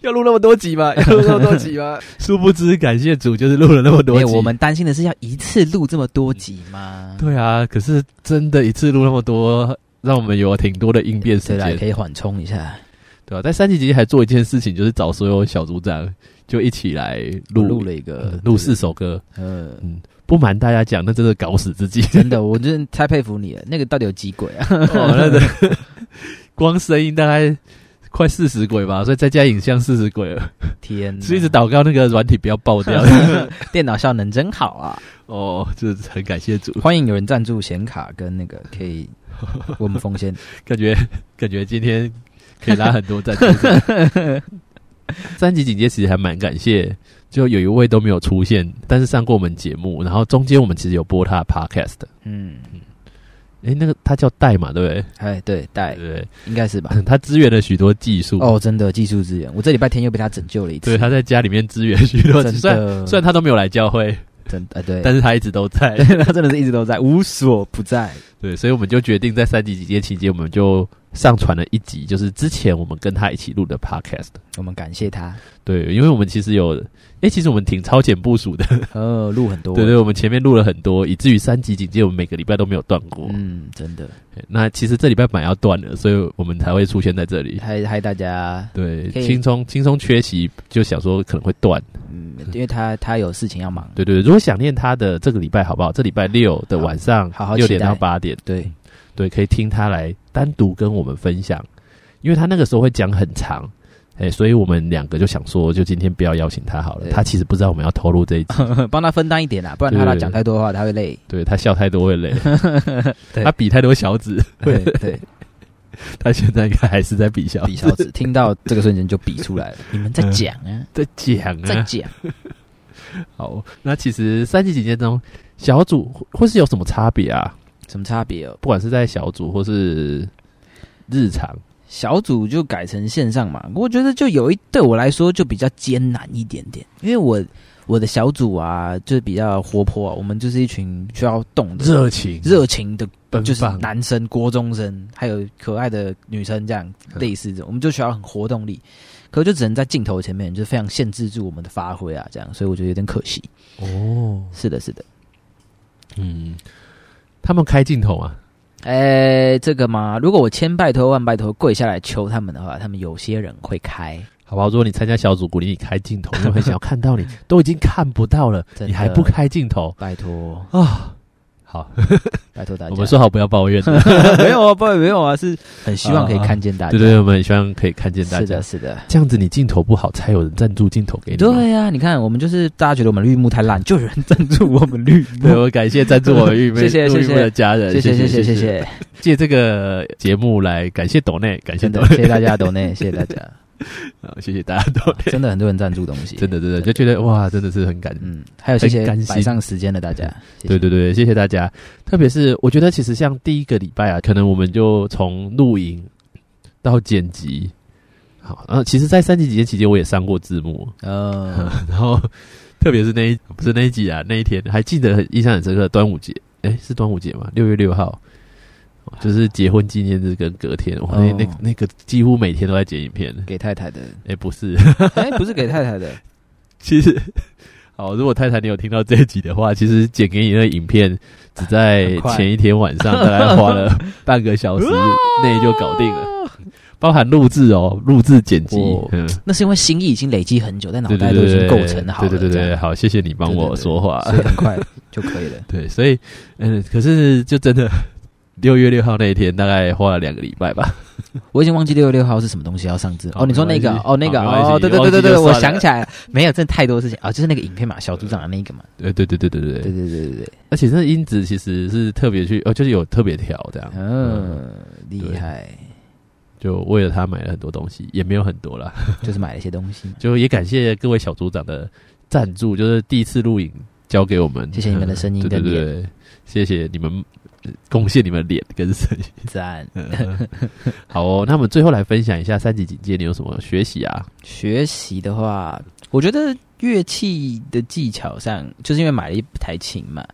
S3: 要录那么多集 吗？要录那么多集吗？
S1: 殊不知，感谢主就是录了那么多
S2: 没
S1: 集。
S2: 有，我们担心的是要一次录这么多集吗？
S1: 对啊，可是真的一次录那么多，让我们有挺多的应变时
S2: 对啊啦，
S1: 间，
S2: 可以缓冲一下。
S1: 对啊吧、在三级集还做一件事情，就是找所有小组长就一起来录
S2: 录了一
S1: 呃
S2: 个
S1: 录四，首歌。
S2: 呃，
S1: 不瞒大家讲，那真的搞死自己。
S2: 真的，我真的太佩服你了。那个到底有几鬼啊？
S1: 哦，那个光声音大概快四十轨吧，所以再加影像四十轨了，
S2: 天哪，
S1: 所以一直祷告那个软体不要爆掉。
S2: 电脑效能真好啊！
S1: 哦，就是很感谢主，
S2: 欢迎有人赞助显卡跟那个可以为我们 奉献。
S1: 感觉感觉今天可以拉很多赞助。 三级警戒其实还蛮感谢，就有一位都没有出现，但是上过我们节目，然后中间我们其实有播他的 podcast，
S2: 嗯，
S1: 诶、那个他叫戴嘛，对不对？
S2: 哎，对，带
S1: 对对
S2: 应该是吧？
S1: 对，他支援了许多技术，
S2: 哦，真的技术资源，我这礼拜天又被他拯救了一次
S1: 对，。他在家里面支援许 多，
S2: 真
S1: 虽然
S2: 的，
S1: 虽然他都没有来教会，
S2: 真的，啊对，
S1: 但是他一直都在。
S2: 他真的是一直都在，无所不在。
S1: 对，所以我们就决定在三级警戒期间，我们就上传了一集，就是之前我们跟他一起录的 podcast。
S2: 我们感 谢他，
S1: 对，因为我们其实有，诶、其实我们挺超前部署的。
S2: 呃，录很多，
S1: 对对，我们前面录了很多，以至于三级警戒我们每个礼拜都没有断过。
S2: 嗯，真的，
S1: 那其实这礼拜本来要断了，所以我们才会出现在这里。
S2: 嗨嗨，大家，
S1: 对，
S2: 可以
S1: 轻松轻松缺席，就想说可能会断。
S2: 嗯，因为他他有事情要忙，
S1: 对对对，如果想念他的这个礼拜好不好？这礼拜六的晚上
S2: 好好期
S1: 六
S2: 待
S1: 点到八点，
S2: 对，
S1: 对，可以听他来单独跟我们分享，因为他那个时候会讲很长，哎、所以我们两个就想说，就今天不要邀请他好了。
S2: 对
S1: 他其实不知道我们要透露这一集，
S2: 帮他分担一点啦，不然他
S1: 嗯对
S2: 他讲太多的话他 会累。，
S1: 对他笑太多会累
S2: 对
S1: 他比太多小指，
S2: 对 对，
S1: 他现在应该还是在比小指
S2: 比小指听到这个瞬间就比出来了，你们在讲啊，
S1: 在讲
S2: 在
S1: 啊。
S2: 讲，
S1: 好，那其实三级警戒中，小组或或是有什么差别啊？
S2: 什么差别哦？
S1: 不管是在小组或是日常，
S2: 小组就改成线上嘛，我觉得就有一对我来说就比较艰难一点点，因为我我的小组啊就是比较活泼啊，我们就是一群需要动的
S1: 热情
S2: 热情的
S1: 奔
S2: 就是
S1: 放，
S2: 男生、国中生，还有可爱的女生这样
S1: 嗯
S2: 类似这种，我们就需要很活动力，可就只能在镜头前面，就非常限制住我们的发挥啊，这样，所以我觉得有点可惜。
S1: 哦，
S2: 是的，是的，
S1: 嗯，他们开镜头啊，
S2: 哎、这个嘛，如果我千拜托万拜托跪下来求他们的话，他们有些人会开，
S1: 好不好？如果你参加小组，鼓励你开镜 头，因为很想要看到你，都已经看不到了，
S2: 真的
S1: 你还不开镜头
S2: 拜托，
S1: 啊？ 好，
S2: 拜托大家。
S1: 我们说 好不要抱怨的，
S2: 没有啊，不没有啊，是很希望可以看见大家。
S1: 对对对，我们很希望可以看见大
S2: 是
S1: 家
S2: 的，。是的。
S1: 这样子你镜头不好，才有人赞助镜头给你嘛。
S2: 对呀、你看，我们就是大家觉得我们绿幕太烂，就有人赞助我们绿
S1: 对，
S2: 幕。
S1: 我感谢赞助我们玉妹、
S2: 谢谢
S1: 录玉
S2: 谢谢
S1: 妹的家人，
S2: 谢
S1: 哦谢
S2: 谢谢谢谢
S1: 谢，
S2: 谢，
S1: 借这个节目来感谢斗内，感谢
S2: 真
S1: 斗
S2: 的
S1: 内，
S2: 谢谢 大家抖内，谢谢大家。啊
S1: 好谢谢大家斗内，
S2: 真的很多人赞助东 西，
S1: 真的真的就觉得哇，真的是很感
S2: 嗯，还有谢谢
S1: 很甘心
S2: 摆上时间的大家，谢谢
S1: 对对对，谢谢大家。特别是我觉得，其实像第一个礼拜啊，可能我们就从录影到剪辑，好，然后其实，在三级集结期间，我也上过字幕，
S2: 呃，
S1: 然后特别是那一不是那一集啊，那一天还记得很印象很深刻，端午节，哎、是端午节吗？六月六号。就是结婚纪念日跟隔天，哇，那那
S2: 哦
S1: 那个几乎每天都在剪影片。
S2: 给 太太的，
S1: 哎、不是，
S2: 哎，不是给太太的，
S1: 其实，好，如果太太你有听到这一集的话，其实剪给你那个影片，只在
S2: 很快
S1: 前一天晚上大概花 了半个小时内就搞定了，包含录制哦，录制剪辑
S2: 哇，
S1: 嗯，
S2: 那是因为心意已经累积很久，在脑
S1: 对
S2: 袋
S1: 对
S2: 都已
S1: 对
S2: 经
S1: 对，
S2: 构成好了，
S1: 对对对
S2: 这
S1: 对，
S2: 样，
S1: 好，谢谢你帮
S2: 对对
S1: 我
S2: 对
S1: 说话，。
S2: 所以很快就可以了
S1: 对，所以，嗯，可是就真的。 六月六号那一天，大概花了两个礼拜吧。
S2: 我已经忘记六月六号是什么东西要 上字
S1: 好
S2: 哦，你说那个
S1: 没关系
S2: 哦，那个
S1: 好没关系
S2: 哦，对对
S1: 忘
S2: 对
S1: 记
S2: 对对，
S1: 就
S2: 我
S1: 算了
S2: 想起来了，没有，真的太多事情啊，哦就是那个影片嘛，小组长的那个嘛，
S1: 对对对对对
S2: 对
S1: 对，
S2: 对对对对，
S1: 而且这音质其实是特别去，哦，就是有特别调这样。嗯，
S2: 嗯，厉害，
S1: 就为了他买了很多东西，也没有很多啦。
S2: 就是买了一些东西嘛，
S1: 就也感谢各位小组长的赞助，就是第一次录影交给我们，
S2: 谢谢你们的声音
S1: 嗯对
S2: 跟
S1: 对对，对谢谢你们呃贡献你们脸跟声 音。
S2: 赞。
S1: 嗯好哦，那我们最后来分享一下三级警戒，你有什么学习啊？
S2: 学习的话，我觉得乐器的技巧上，就是因为买了一台琴嘛，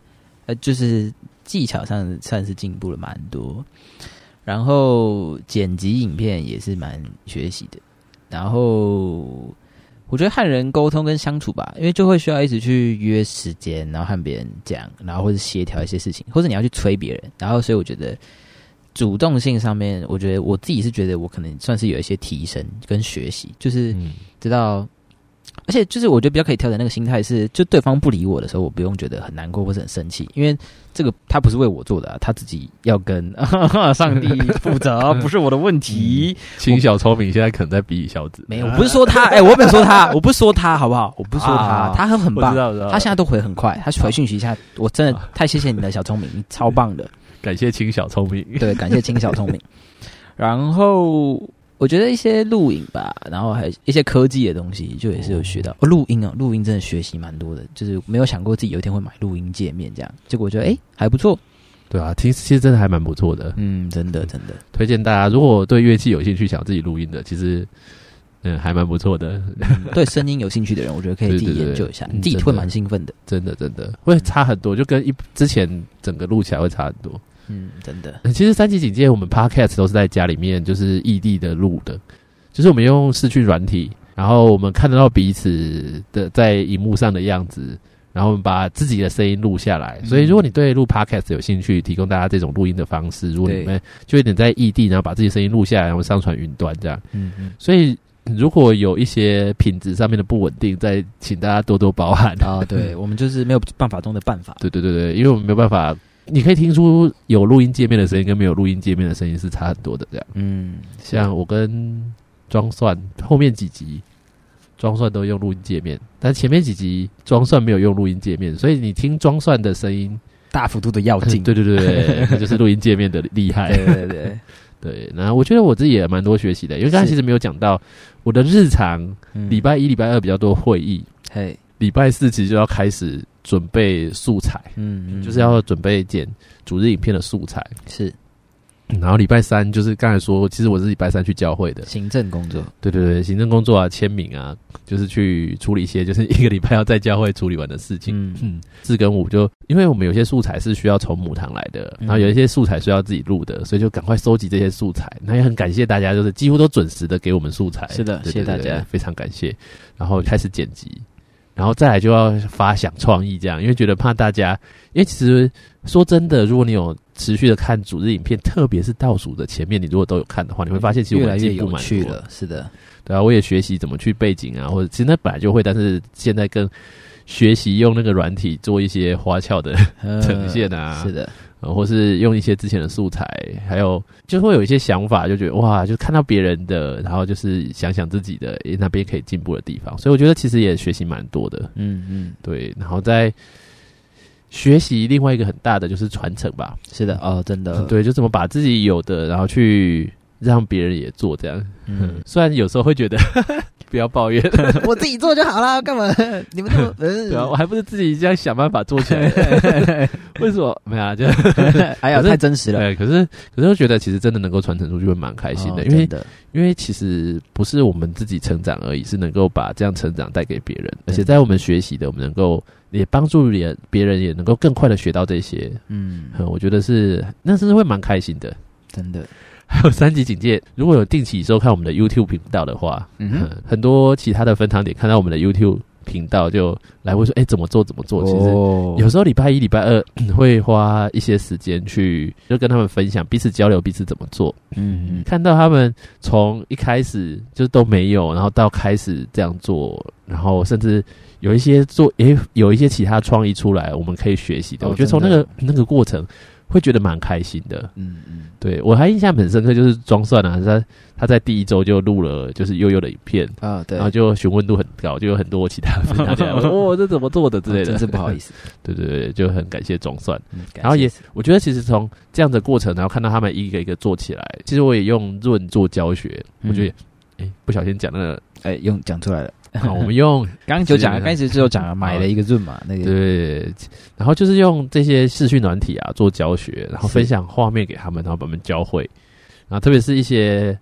S2: 呃，就是技巧上算是进步了蛮多。然后剪辑影片也是蛮学习的。然后我觉得和人沟通跟相处吧，因为就会需要一直去约时间，然后和别人讲，然后或者协调一些事情，或者你要去催别人。然后所以我觉得主动性上面，我觉得我自己是觉得我可能算是有一些提升跟学习，就是
S1: 嗯，
S2: 知道，而且就是我觉得比较可以调整那个心态是，就对方不理我的时候，我不用觉得很难过或是很生气，因为这个他不是为我做的、啊，他自己 要跟 上帝负责，不是我的问
S1: 嗯
S2: 题。
S1: 秦小聪明现在可能在比小子，
S2: 没有，我不是说他，哎、我没有说他，我不是说他，好不好？我不是说 他，
S1: 啊
S2: 他很很
S1: 我
S2: 棒
S1: 知。道，我啊知道。
S2: 他现在都回很快，他回讯息一下，我真的太谢谢你了，小聪明，你超棒的。
S1: 感谢秦小聪 明，
S2: 对，感谢金小聪明。 然后我觉得一些录影吧，然后还有一些科技的东西，就也是有学到。哦，录音啊，录音真的学习蛮多的，就是没有想过自己有一天会买录音界面这样。结果我觉得哎、诶还不错，
S1: 对啊，其实其实真的还蛮不错的，
S2: 嗯，真的真的，
S1: 推荐大家，如果对乐器有兴趣，想自己录音的，其实嗯还蛮不错的，
S2: 嗯对声音有兴趣的人，我觉得可以自己
S1: 对对对
S2: 研究一下，
S1: 嗯
S2: 你自己
S1: 真
S2: 会
S1: 的
S2: 蛮兴奋的，
S1: 真的真的会差很多，就跟一之前整个录起来会差很多。
S2: 嗯，真的，
S1: 呃其实三级警戒我们 podcast 都是在家里面，就是异地的录的，就是我们用视讯软体，然后我们看得到彼此的在荧幕上的样子，然后我们把自己的声音录下来。
S2: 嗯
S1: 所以如果你对录 podcast 有兴趣，提供大家这种录音的方式，如果你
S2: 对
S1: 们就有点在异地，然后把自己声音录下来，然后上传云端这样。
S2: 嗯嗯，
S1: 所以如果有一些品质上面的不稳定，再请大家多多包涵。
S2: 啊， 对我们就是没有办法中的办法，
S1: 对对对对，因为我们没有办法，你可以听出有录音界面的声音跟没有录音界面的声音是差很多的。这样，
S2: 嗯，
S1: 像我跟装蒜后面几集，装蒜都用录音界面，但前面几集装蒜没有用录音界面，所以你听装蒜的声音，
S2: 大幅度的要 进，
S1: 对对对对，那就是录音界面的厉 害。
S2: 对对对，
S1: 对，然后我觉得我自己也蛮多学习的，因为刚才
S2: 是
S1: 其实没有讲到我的日常，
S2: 嗯
S1: 礼拜一、礼拜二比较多会议，
S2: 嘿，
S1: 礼拜四其实就要开始准备素材，
S2: 嗯，嗯
S1: 就是要准备剪主日影片的素材。
S2: 是
S1: 嗯然后礼拜三就是刚才说，其实我是礼拜三去教会的，
S2: 行政工作，
S1: 对对对，行政工作啊、签名啊，就是去处理一些就是一个礼拜要在教会处理完的事情。
S2: 嗯
S1: 嗯，四跟五就因为我们有些素材是需要从母堂来的，
S2: 嗯
S1: 然后有一些素材需要自己录的，所以就赶快收集这些素材。那也很感谢大家，就是几乎都准时的给我们素材，
S2: 是的
S1: 对
S2: 谢
S1: 对
S2: 谢大
S1: 对
S2: 家
S1: 非常感谢。然后开始剪辑，然后再来就要发想创意这样，因为觉得怕大家，因为其实说真的，如果你有持续的看主日影片，特别是倒数的前面，你如果都有看的话，你会发现其实
S2: 越
S1: 我
S2: 来
S1: 们
S2: 越
S1: 进步
S2: 有
S1: 蛮
S2: 趣
S1: 多的
S2: 了，是的，
S1: 对啊，我也学习怎么去背景啊，或者其实那本来就会，但是现在更学习用那个软体做一些花俏的 呈现啊，
S2: 嗯是的，
S1: 呃或是用一些之前的素材，还有就会有一些想法，就觉得哇，就看到别人的，然后就是想想自己的诶那边可以进步的地方，所以我觉得其实也学习蛮多的，
S2: 嗯嗯，
S1: 对，然后在学习另外一个很大的就是传承吧，嗯
S2: 是的，哦，真的，，
S1: 对，就怎么把自己有的，然后去让别人也做这样，
S2: 嗯，
S1: 虽然有时候会觉得 不要抱怨。
S3: 我自己做就好 了，干嘛？你 们都
S2: 呃
S1: 对啊，我还不是自己这样想办法做起来的？ 为什么没有、 啊？就
S2: 哎呀，
S1: 可是
S2: 太真实了，
S1: 对，可是可是我觉得其实真的能够传承出去会蛮开心的，
S2: 哦
S1: 因为
S2: 真的
S1: 因为其实不是我们自己成长而已，是能够把这样成长带给别人，而且在我们学习的，我们能够也帮助别别人，也能够更快的学到这些。
S2: 嗯，
S1: 嗯，我觉得是那真是会蛮开心的。
S2: 真的，
S1: 还有三级警戒，如果有定期收看我们的 YouTube 频道的话，
S2: 嗯
S1: 嗯
S2: 哼，
S1: 很多其他的分堂点看到我们的 YouTube 频道就来会说，哎、怎么做怎么做？其实
S2: 哦
S1: 有时候礼拜一、礼拜二嗯会花一些时间去，就跟他们分享，彼此交流，彼此怎么做。
S2: 嗯嗯，
S1: 看到他们从一开始就都没有，然后到开始这样做，然后甚至有一些做，也有一些其他创意出来，我们可以学习的。
S2: 哦
S1: 我觉得从那
S2: 真
S1: 个
S2: 的
S1: 那个过程，会觉得蛮开心的。
S2: 嗯嗯，
S1: 对我还印象很深刻，就是装蒜啊，他他在第一周就录了就是悠悠的影片，
S2: 啊，对
S1: 然，后就询问度很高，就有很多其他分享 家说，哇、这怎么做的之类的，
S2: 哦真是不好 意。思，
S1: 对对对，就很感谢装蒜。
S2: 嗯
S1: 然后也，
S2: 感谢
S1: 我觉得其实从这样的过程，然后看到他们一个一个做起来，其实我也用润做教学，
S2: 嗯
S1: 我觉得，哎、不小心讲那个，
S2: 哎，用讲出来了，
S1: 好我们用
S2: 刚刚就讲了，
S1: 是
S2: 刚开始就有讲了，买了一个润嘛，那个，
S1: 对，然后就是用这些视讯软体啊做教学，然后分享画面给他们，然后把他们教会，然后特别是一些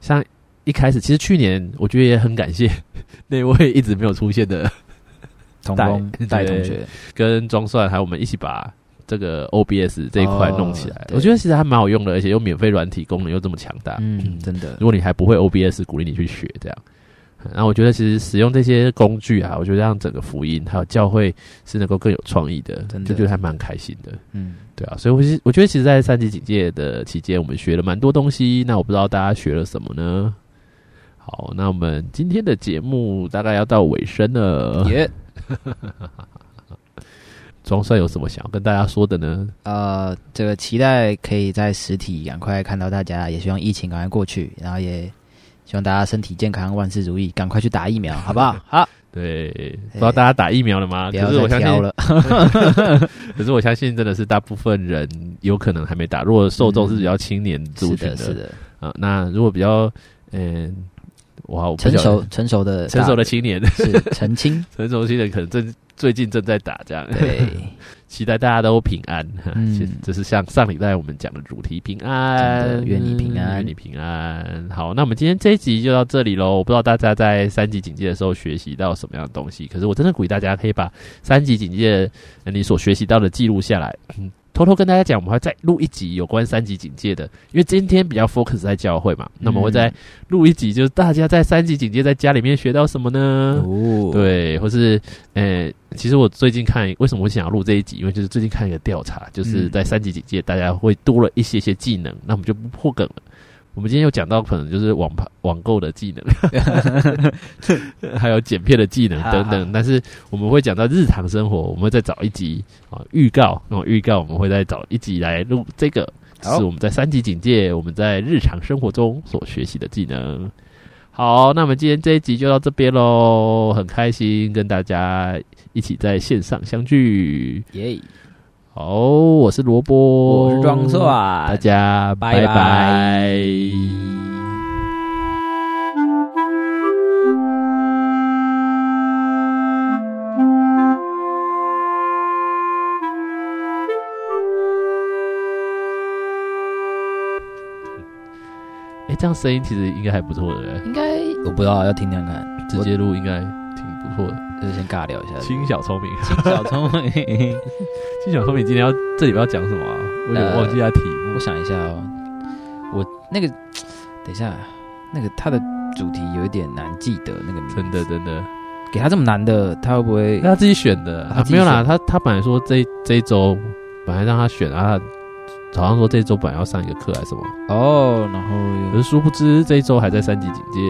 S1: 像一开始，其实去年我觉得也很感谢 那位一直没有出现的
S2: 童工
S1: 对
S2: 带同学，
S1: 跟庄算，还有我们一起把这个 OBS 这一块弄起来
S2: 哦，对
S1: 我觉得其实还蛮好用的，而且又免费软体功能又这么强大。
S2: 嗯，真的
S1: 如果你还不会 OBS，鼓励你去学这样。然后我觉得其实使用这些工具啊，我觉得让整个福音还有教会是能够更有创意的，
S2: 真的
S1: 就觉得还蛮开心的。
S2: 嗯，
S1: 对啊，所以我是我觉得其实，在三级警戒的期间，我们学了蛮多东西。那我不知道大家学了什么呢？好，那我们今天的节目大概要到尾声了。
S2: 也
S1: 庄帅有什么想要跟大家说的呢？
S2: 呃，这个期待可以在实体赶快看到大家，也希望疫情赶快过去，然后也希望大家身体健康，万事如意，赶快去打疫苗，好 不好？啊好，哎
S1: 对，不知道大家打疫苗了吗？
S2: 不
S1: 啊可
S2: 要
S1: 是我
S2: 再
S1: 相
S2: 挑
S1: 信，
S2: 了，
S1: 可是我相信真的是大部分人有可能还没打。如果受众是比较青年族
S2: 是
S1: 群
S2: 的，是的，
S1: 啊、那如果比较嗯、哇，我不
S2: 成
S1: 晓得
S2: 熟成熟的
S1: 成熟的
S2: 大
S1: 青年，
S2: 是澄清，
S1: 成熟的青年可能正最近正在打这样。
S2: 对，
S1: 期待大家都平安。
S2: 嗯
S1: 其实这是像上礼拜我们讲的主题平安
S2: 真，的愿你平安
S1: 愿你平安。好，那我们今天这一集就到这里喽。我不知道大家在三级警戒的时候学习到什么样的东西，可是我真的鼓励大家可以把三级警戒呃你所学习到的记录下来。嗯偷偷跟大家讲，我们会再录一集有关三级警戒的，因为今天比较 focus 在教会嘛，那么
S2: 嗯
S1: 我会再录一集，就是大家在三级警戒在家里面学到什么呢？
S2: 哦，
S1: 对，或是呃，其实我最近看为什么我想要录这一集，因为就是最近看一个调查，就是
S2: 嗯
S1: 在三级警戒，大家会多了一些些技能，那我们就不破梗了。我们今天有讲到可能就是网盘网购的技能，还有剪片的技能等
S2: 好好
S1: 等，但是我们会讲到日常生活，我们会再找一集啊预告，那种预告我们会再找一集来录这个，
S2: 好
S1: 是我们在三级警戒我们在日常生活中所学习的技能。好，那我们今天这一集就到这边喽，很开心跟大家一起在线上相聚。
S2: 耶，
S1: 好，我是萝卜，
S2: 我是庄硕，啊
S1: 大家哎
S2: 拜
S1: 拜
S2: 拜
S1: 哎，这样声音其实应该还不错的，
S2: 应该我不知道要听听看，
S1: 直接录应该挺不错的。
S2: 就是先尬聊一下，
S1: 轻小聪明，
S2: 轻小聪明。
S1: 轻小聪明，今天要这里要讲什么啊？我有点
S2: 呃
S1: 忘记他题目
S2: 我。想一下哦，我那个等一下，那个它的主题有一点难记得，那个名字
S1: 真的真的，
S2: 给他这么难的，他会不会
S1: 那他自己选的
S2: 他
S1: 啊，
S2: 自己
S1: 没有啦，
S2: 选
S1: 他他本来说这这一周本来让他选啊，他好像说这一周本来要上一个课还是什么，
S2: 哦？然后
S1: 可
S2: 又
S1: 是殊不知这一周还在三级警戒，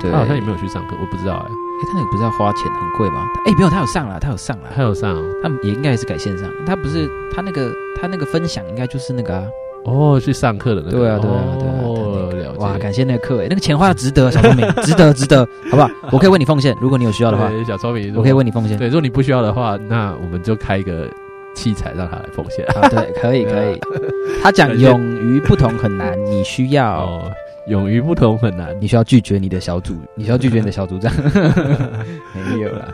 S2: 对，
S1: 他好像也没
S2: 有。
S1: 有去上课，我不知道哎、
S2: 他那个不是要花钱很贵吗？哎，没有，他有上了，他有上了，
S1: 他有上
S2: 他们也应该也是改线上。他不是他那个他那个分享应该就是那个啊，
S1: 哦，去上课的那个，
S2: 对啊，对啊，对啊
S1: 哦，
S2: 他那
S1: 了
S2: 个
S1: 解，
S2: 哇，感谢那个课，哎，那个钱花的值得，小聪明， 值得，值得，好 不好？我可以为你奉献，如果你有需要的话，
S1: 对小聪明，
S2: 我可以为你奉献。
S1: 对，如果你不需要的话，那我们就开一个器材让他来奉献
S2: 啊，对，可以可以。 他讲勇于不同很难，你需要
S1: 哦，勇于不同很难。
S2: 你需要拒绝你的小组，你需要拒绝你的小组长。没有啦，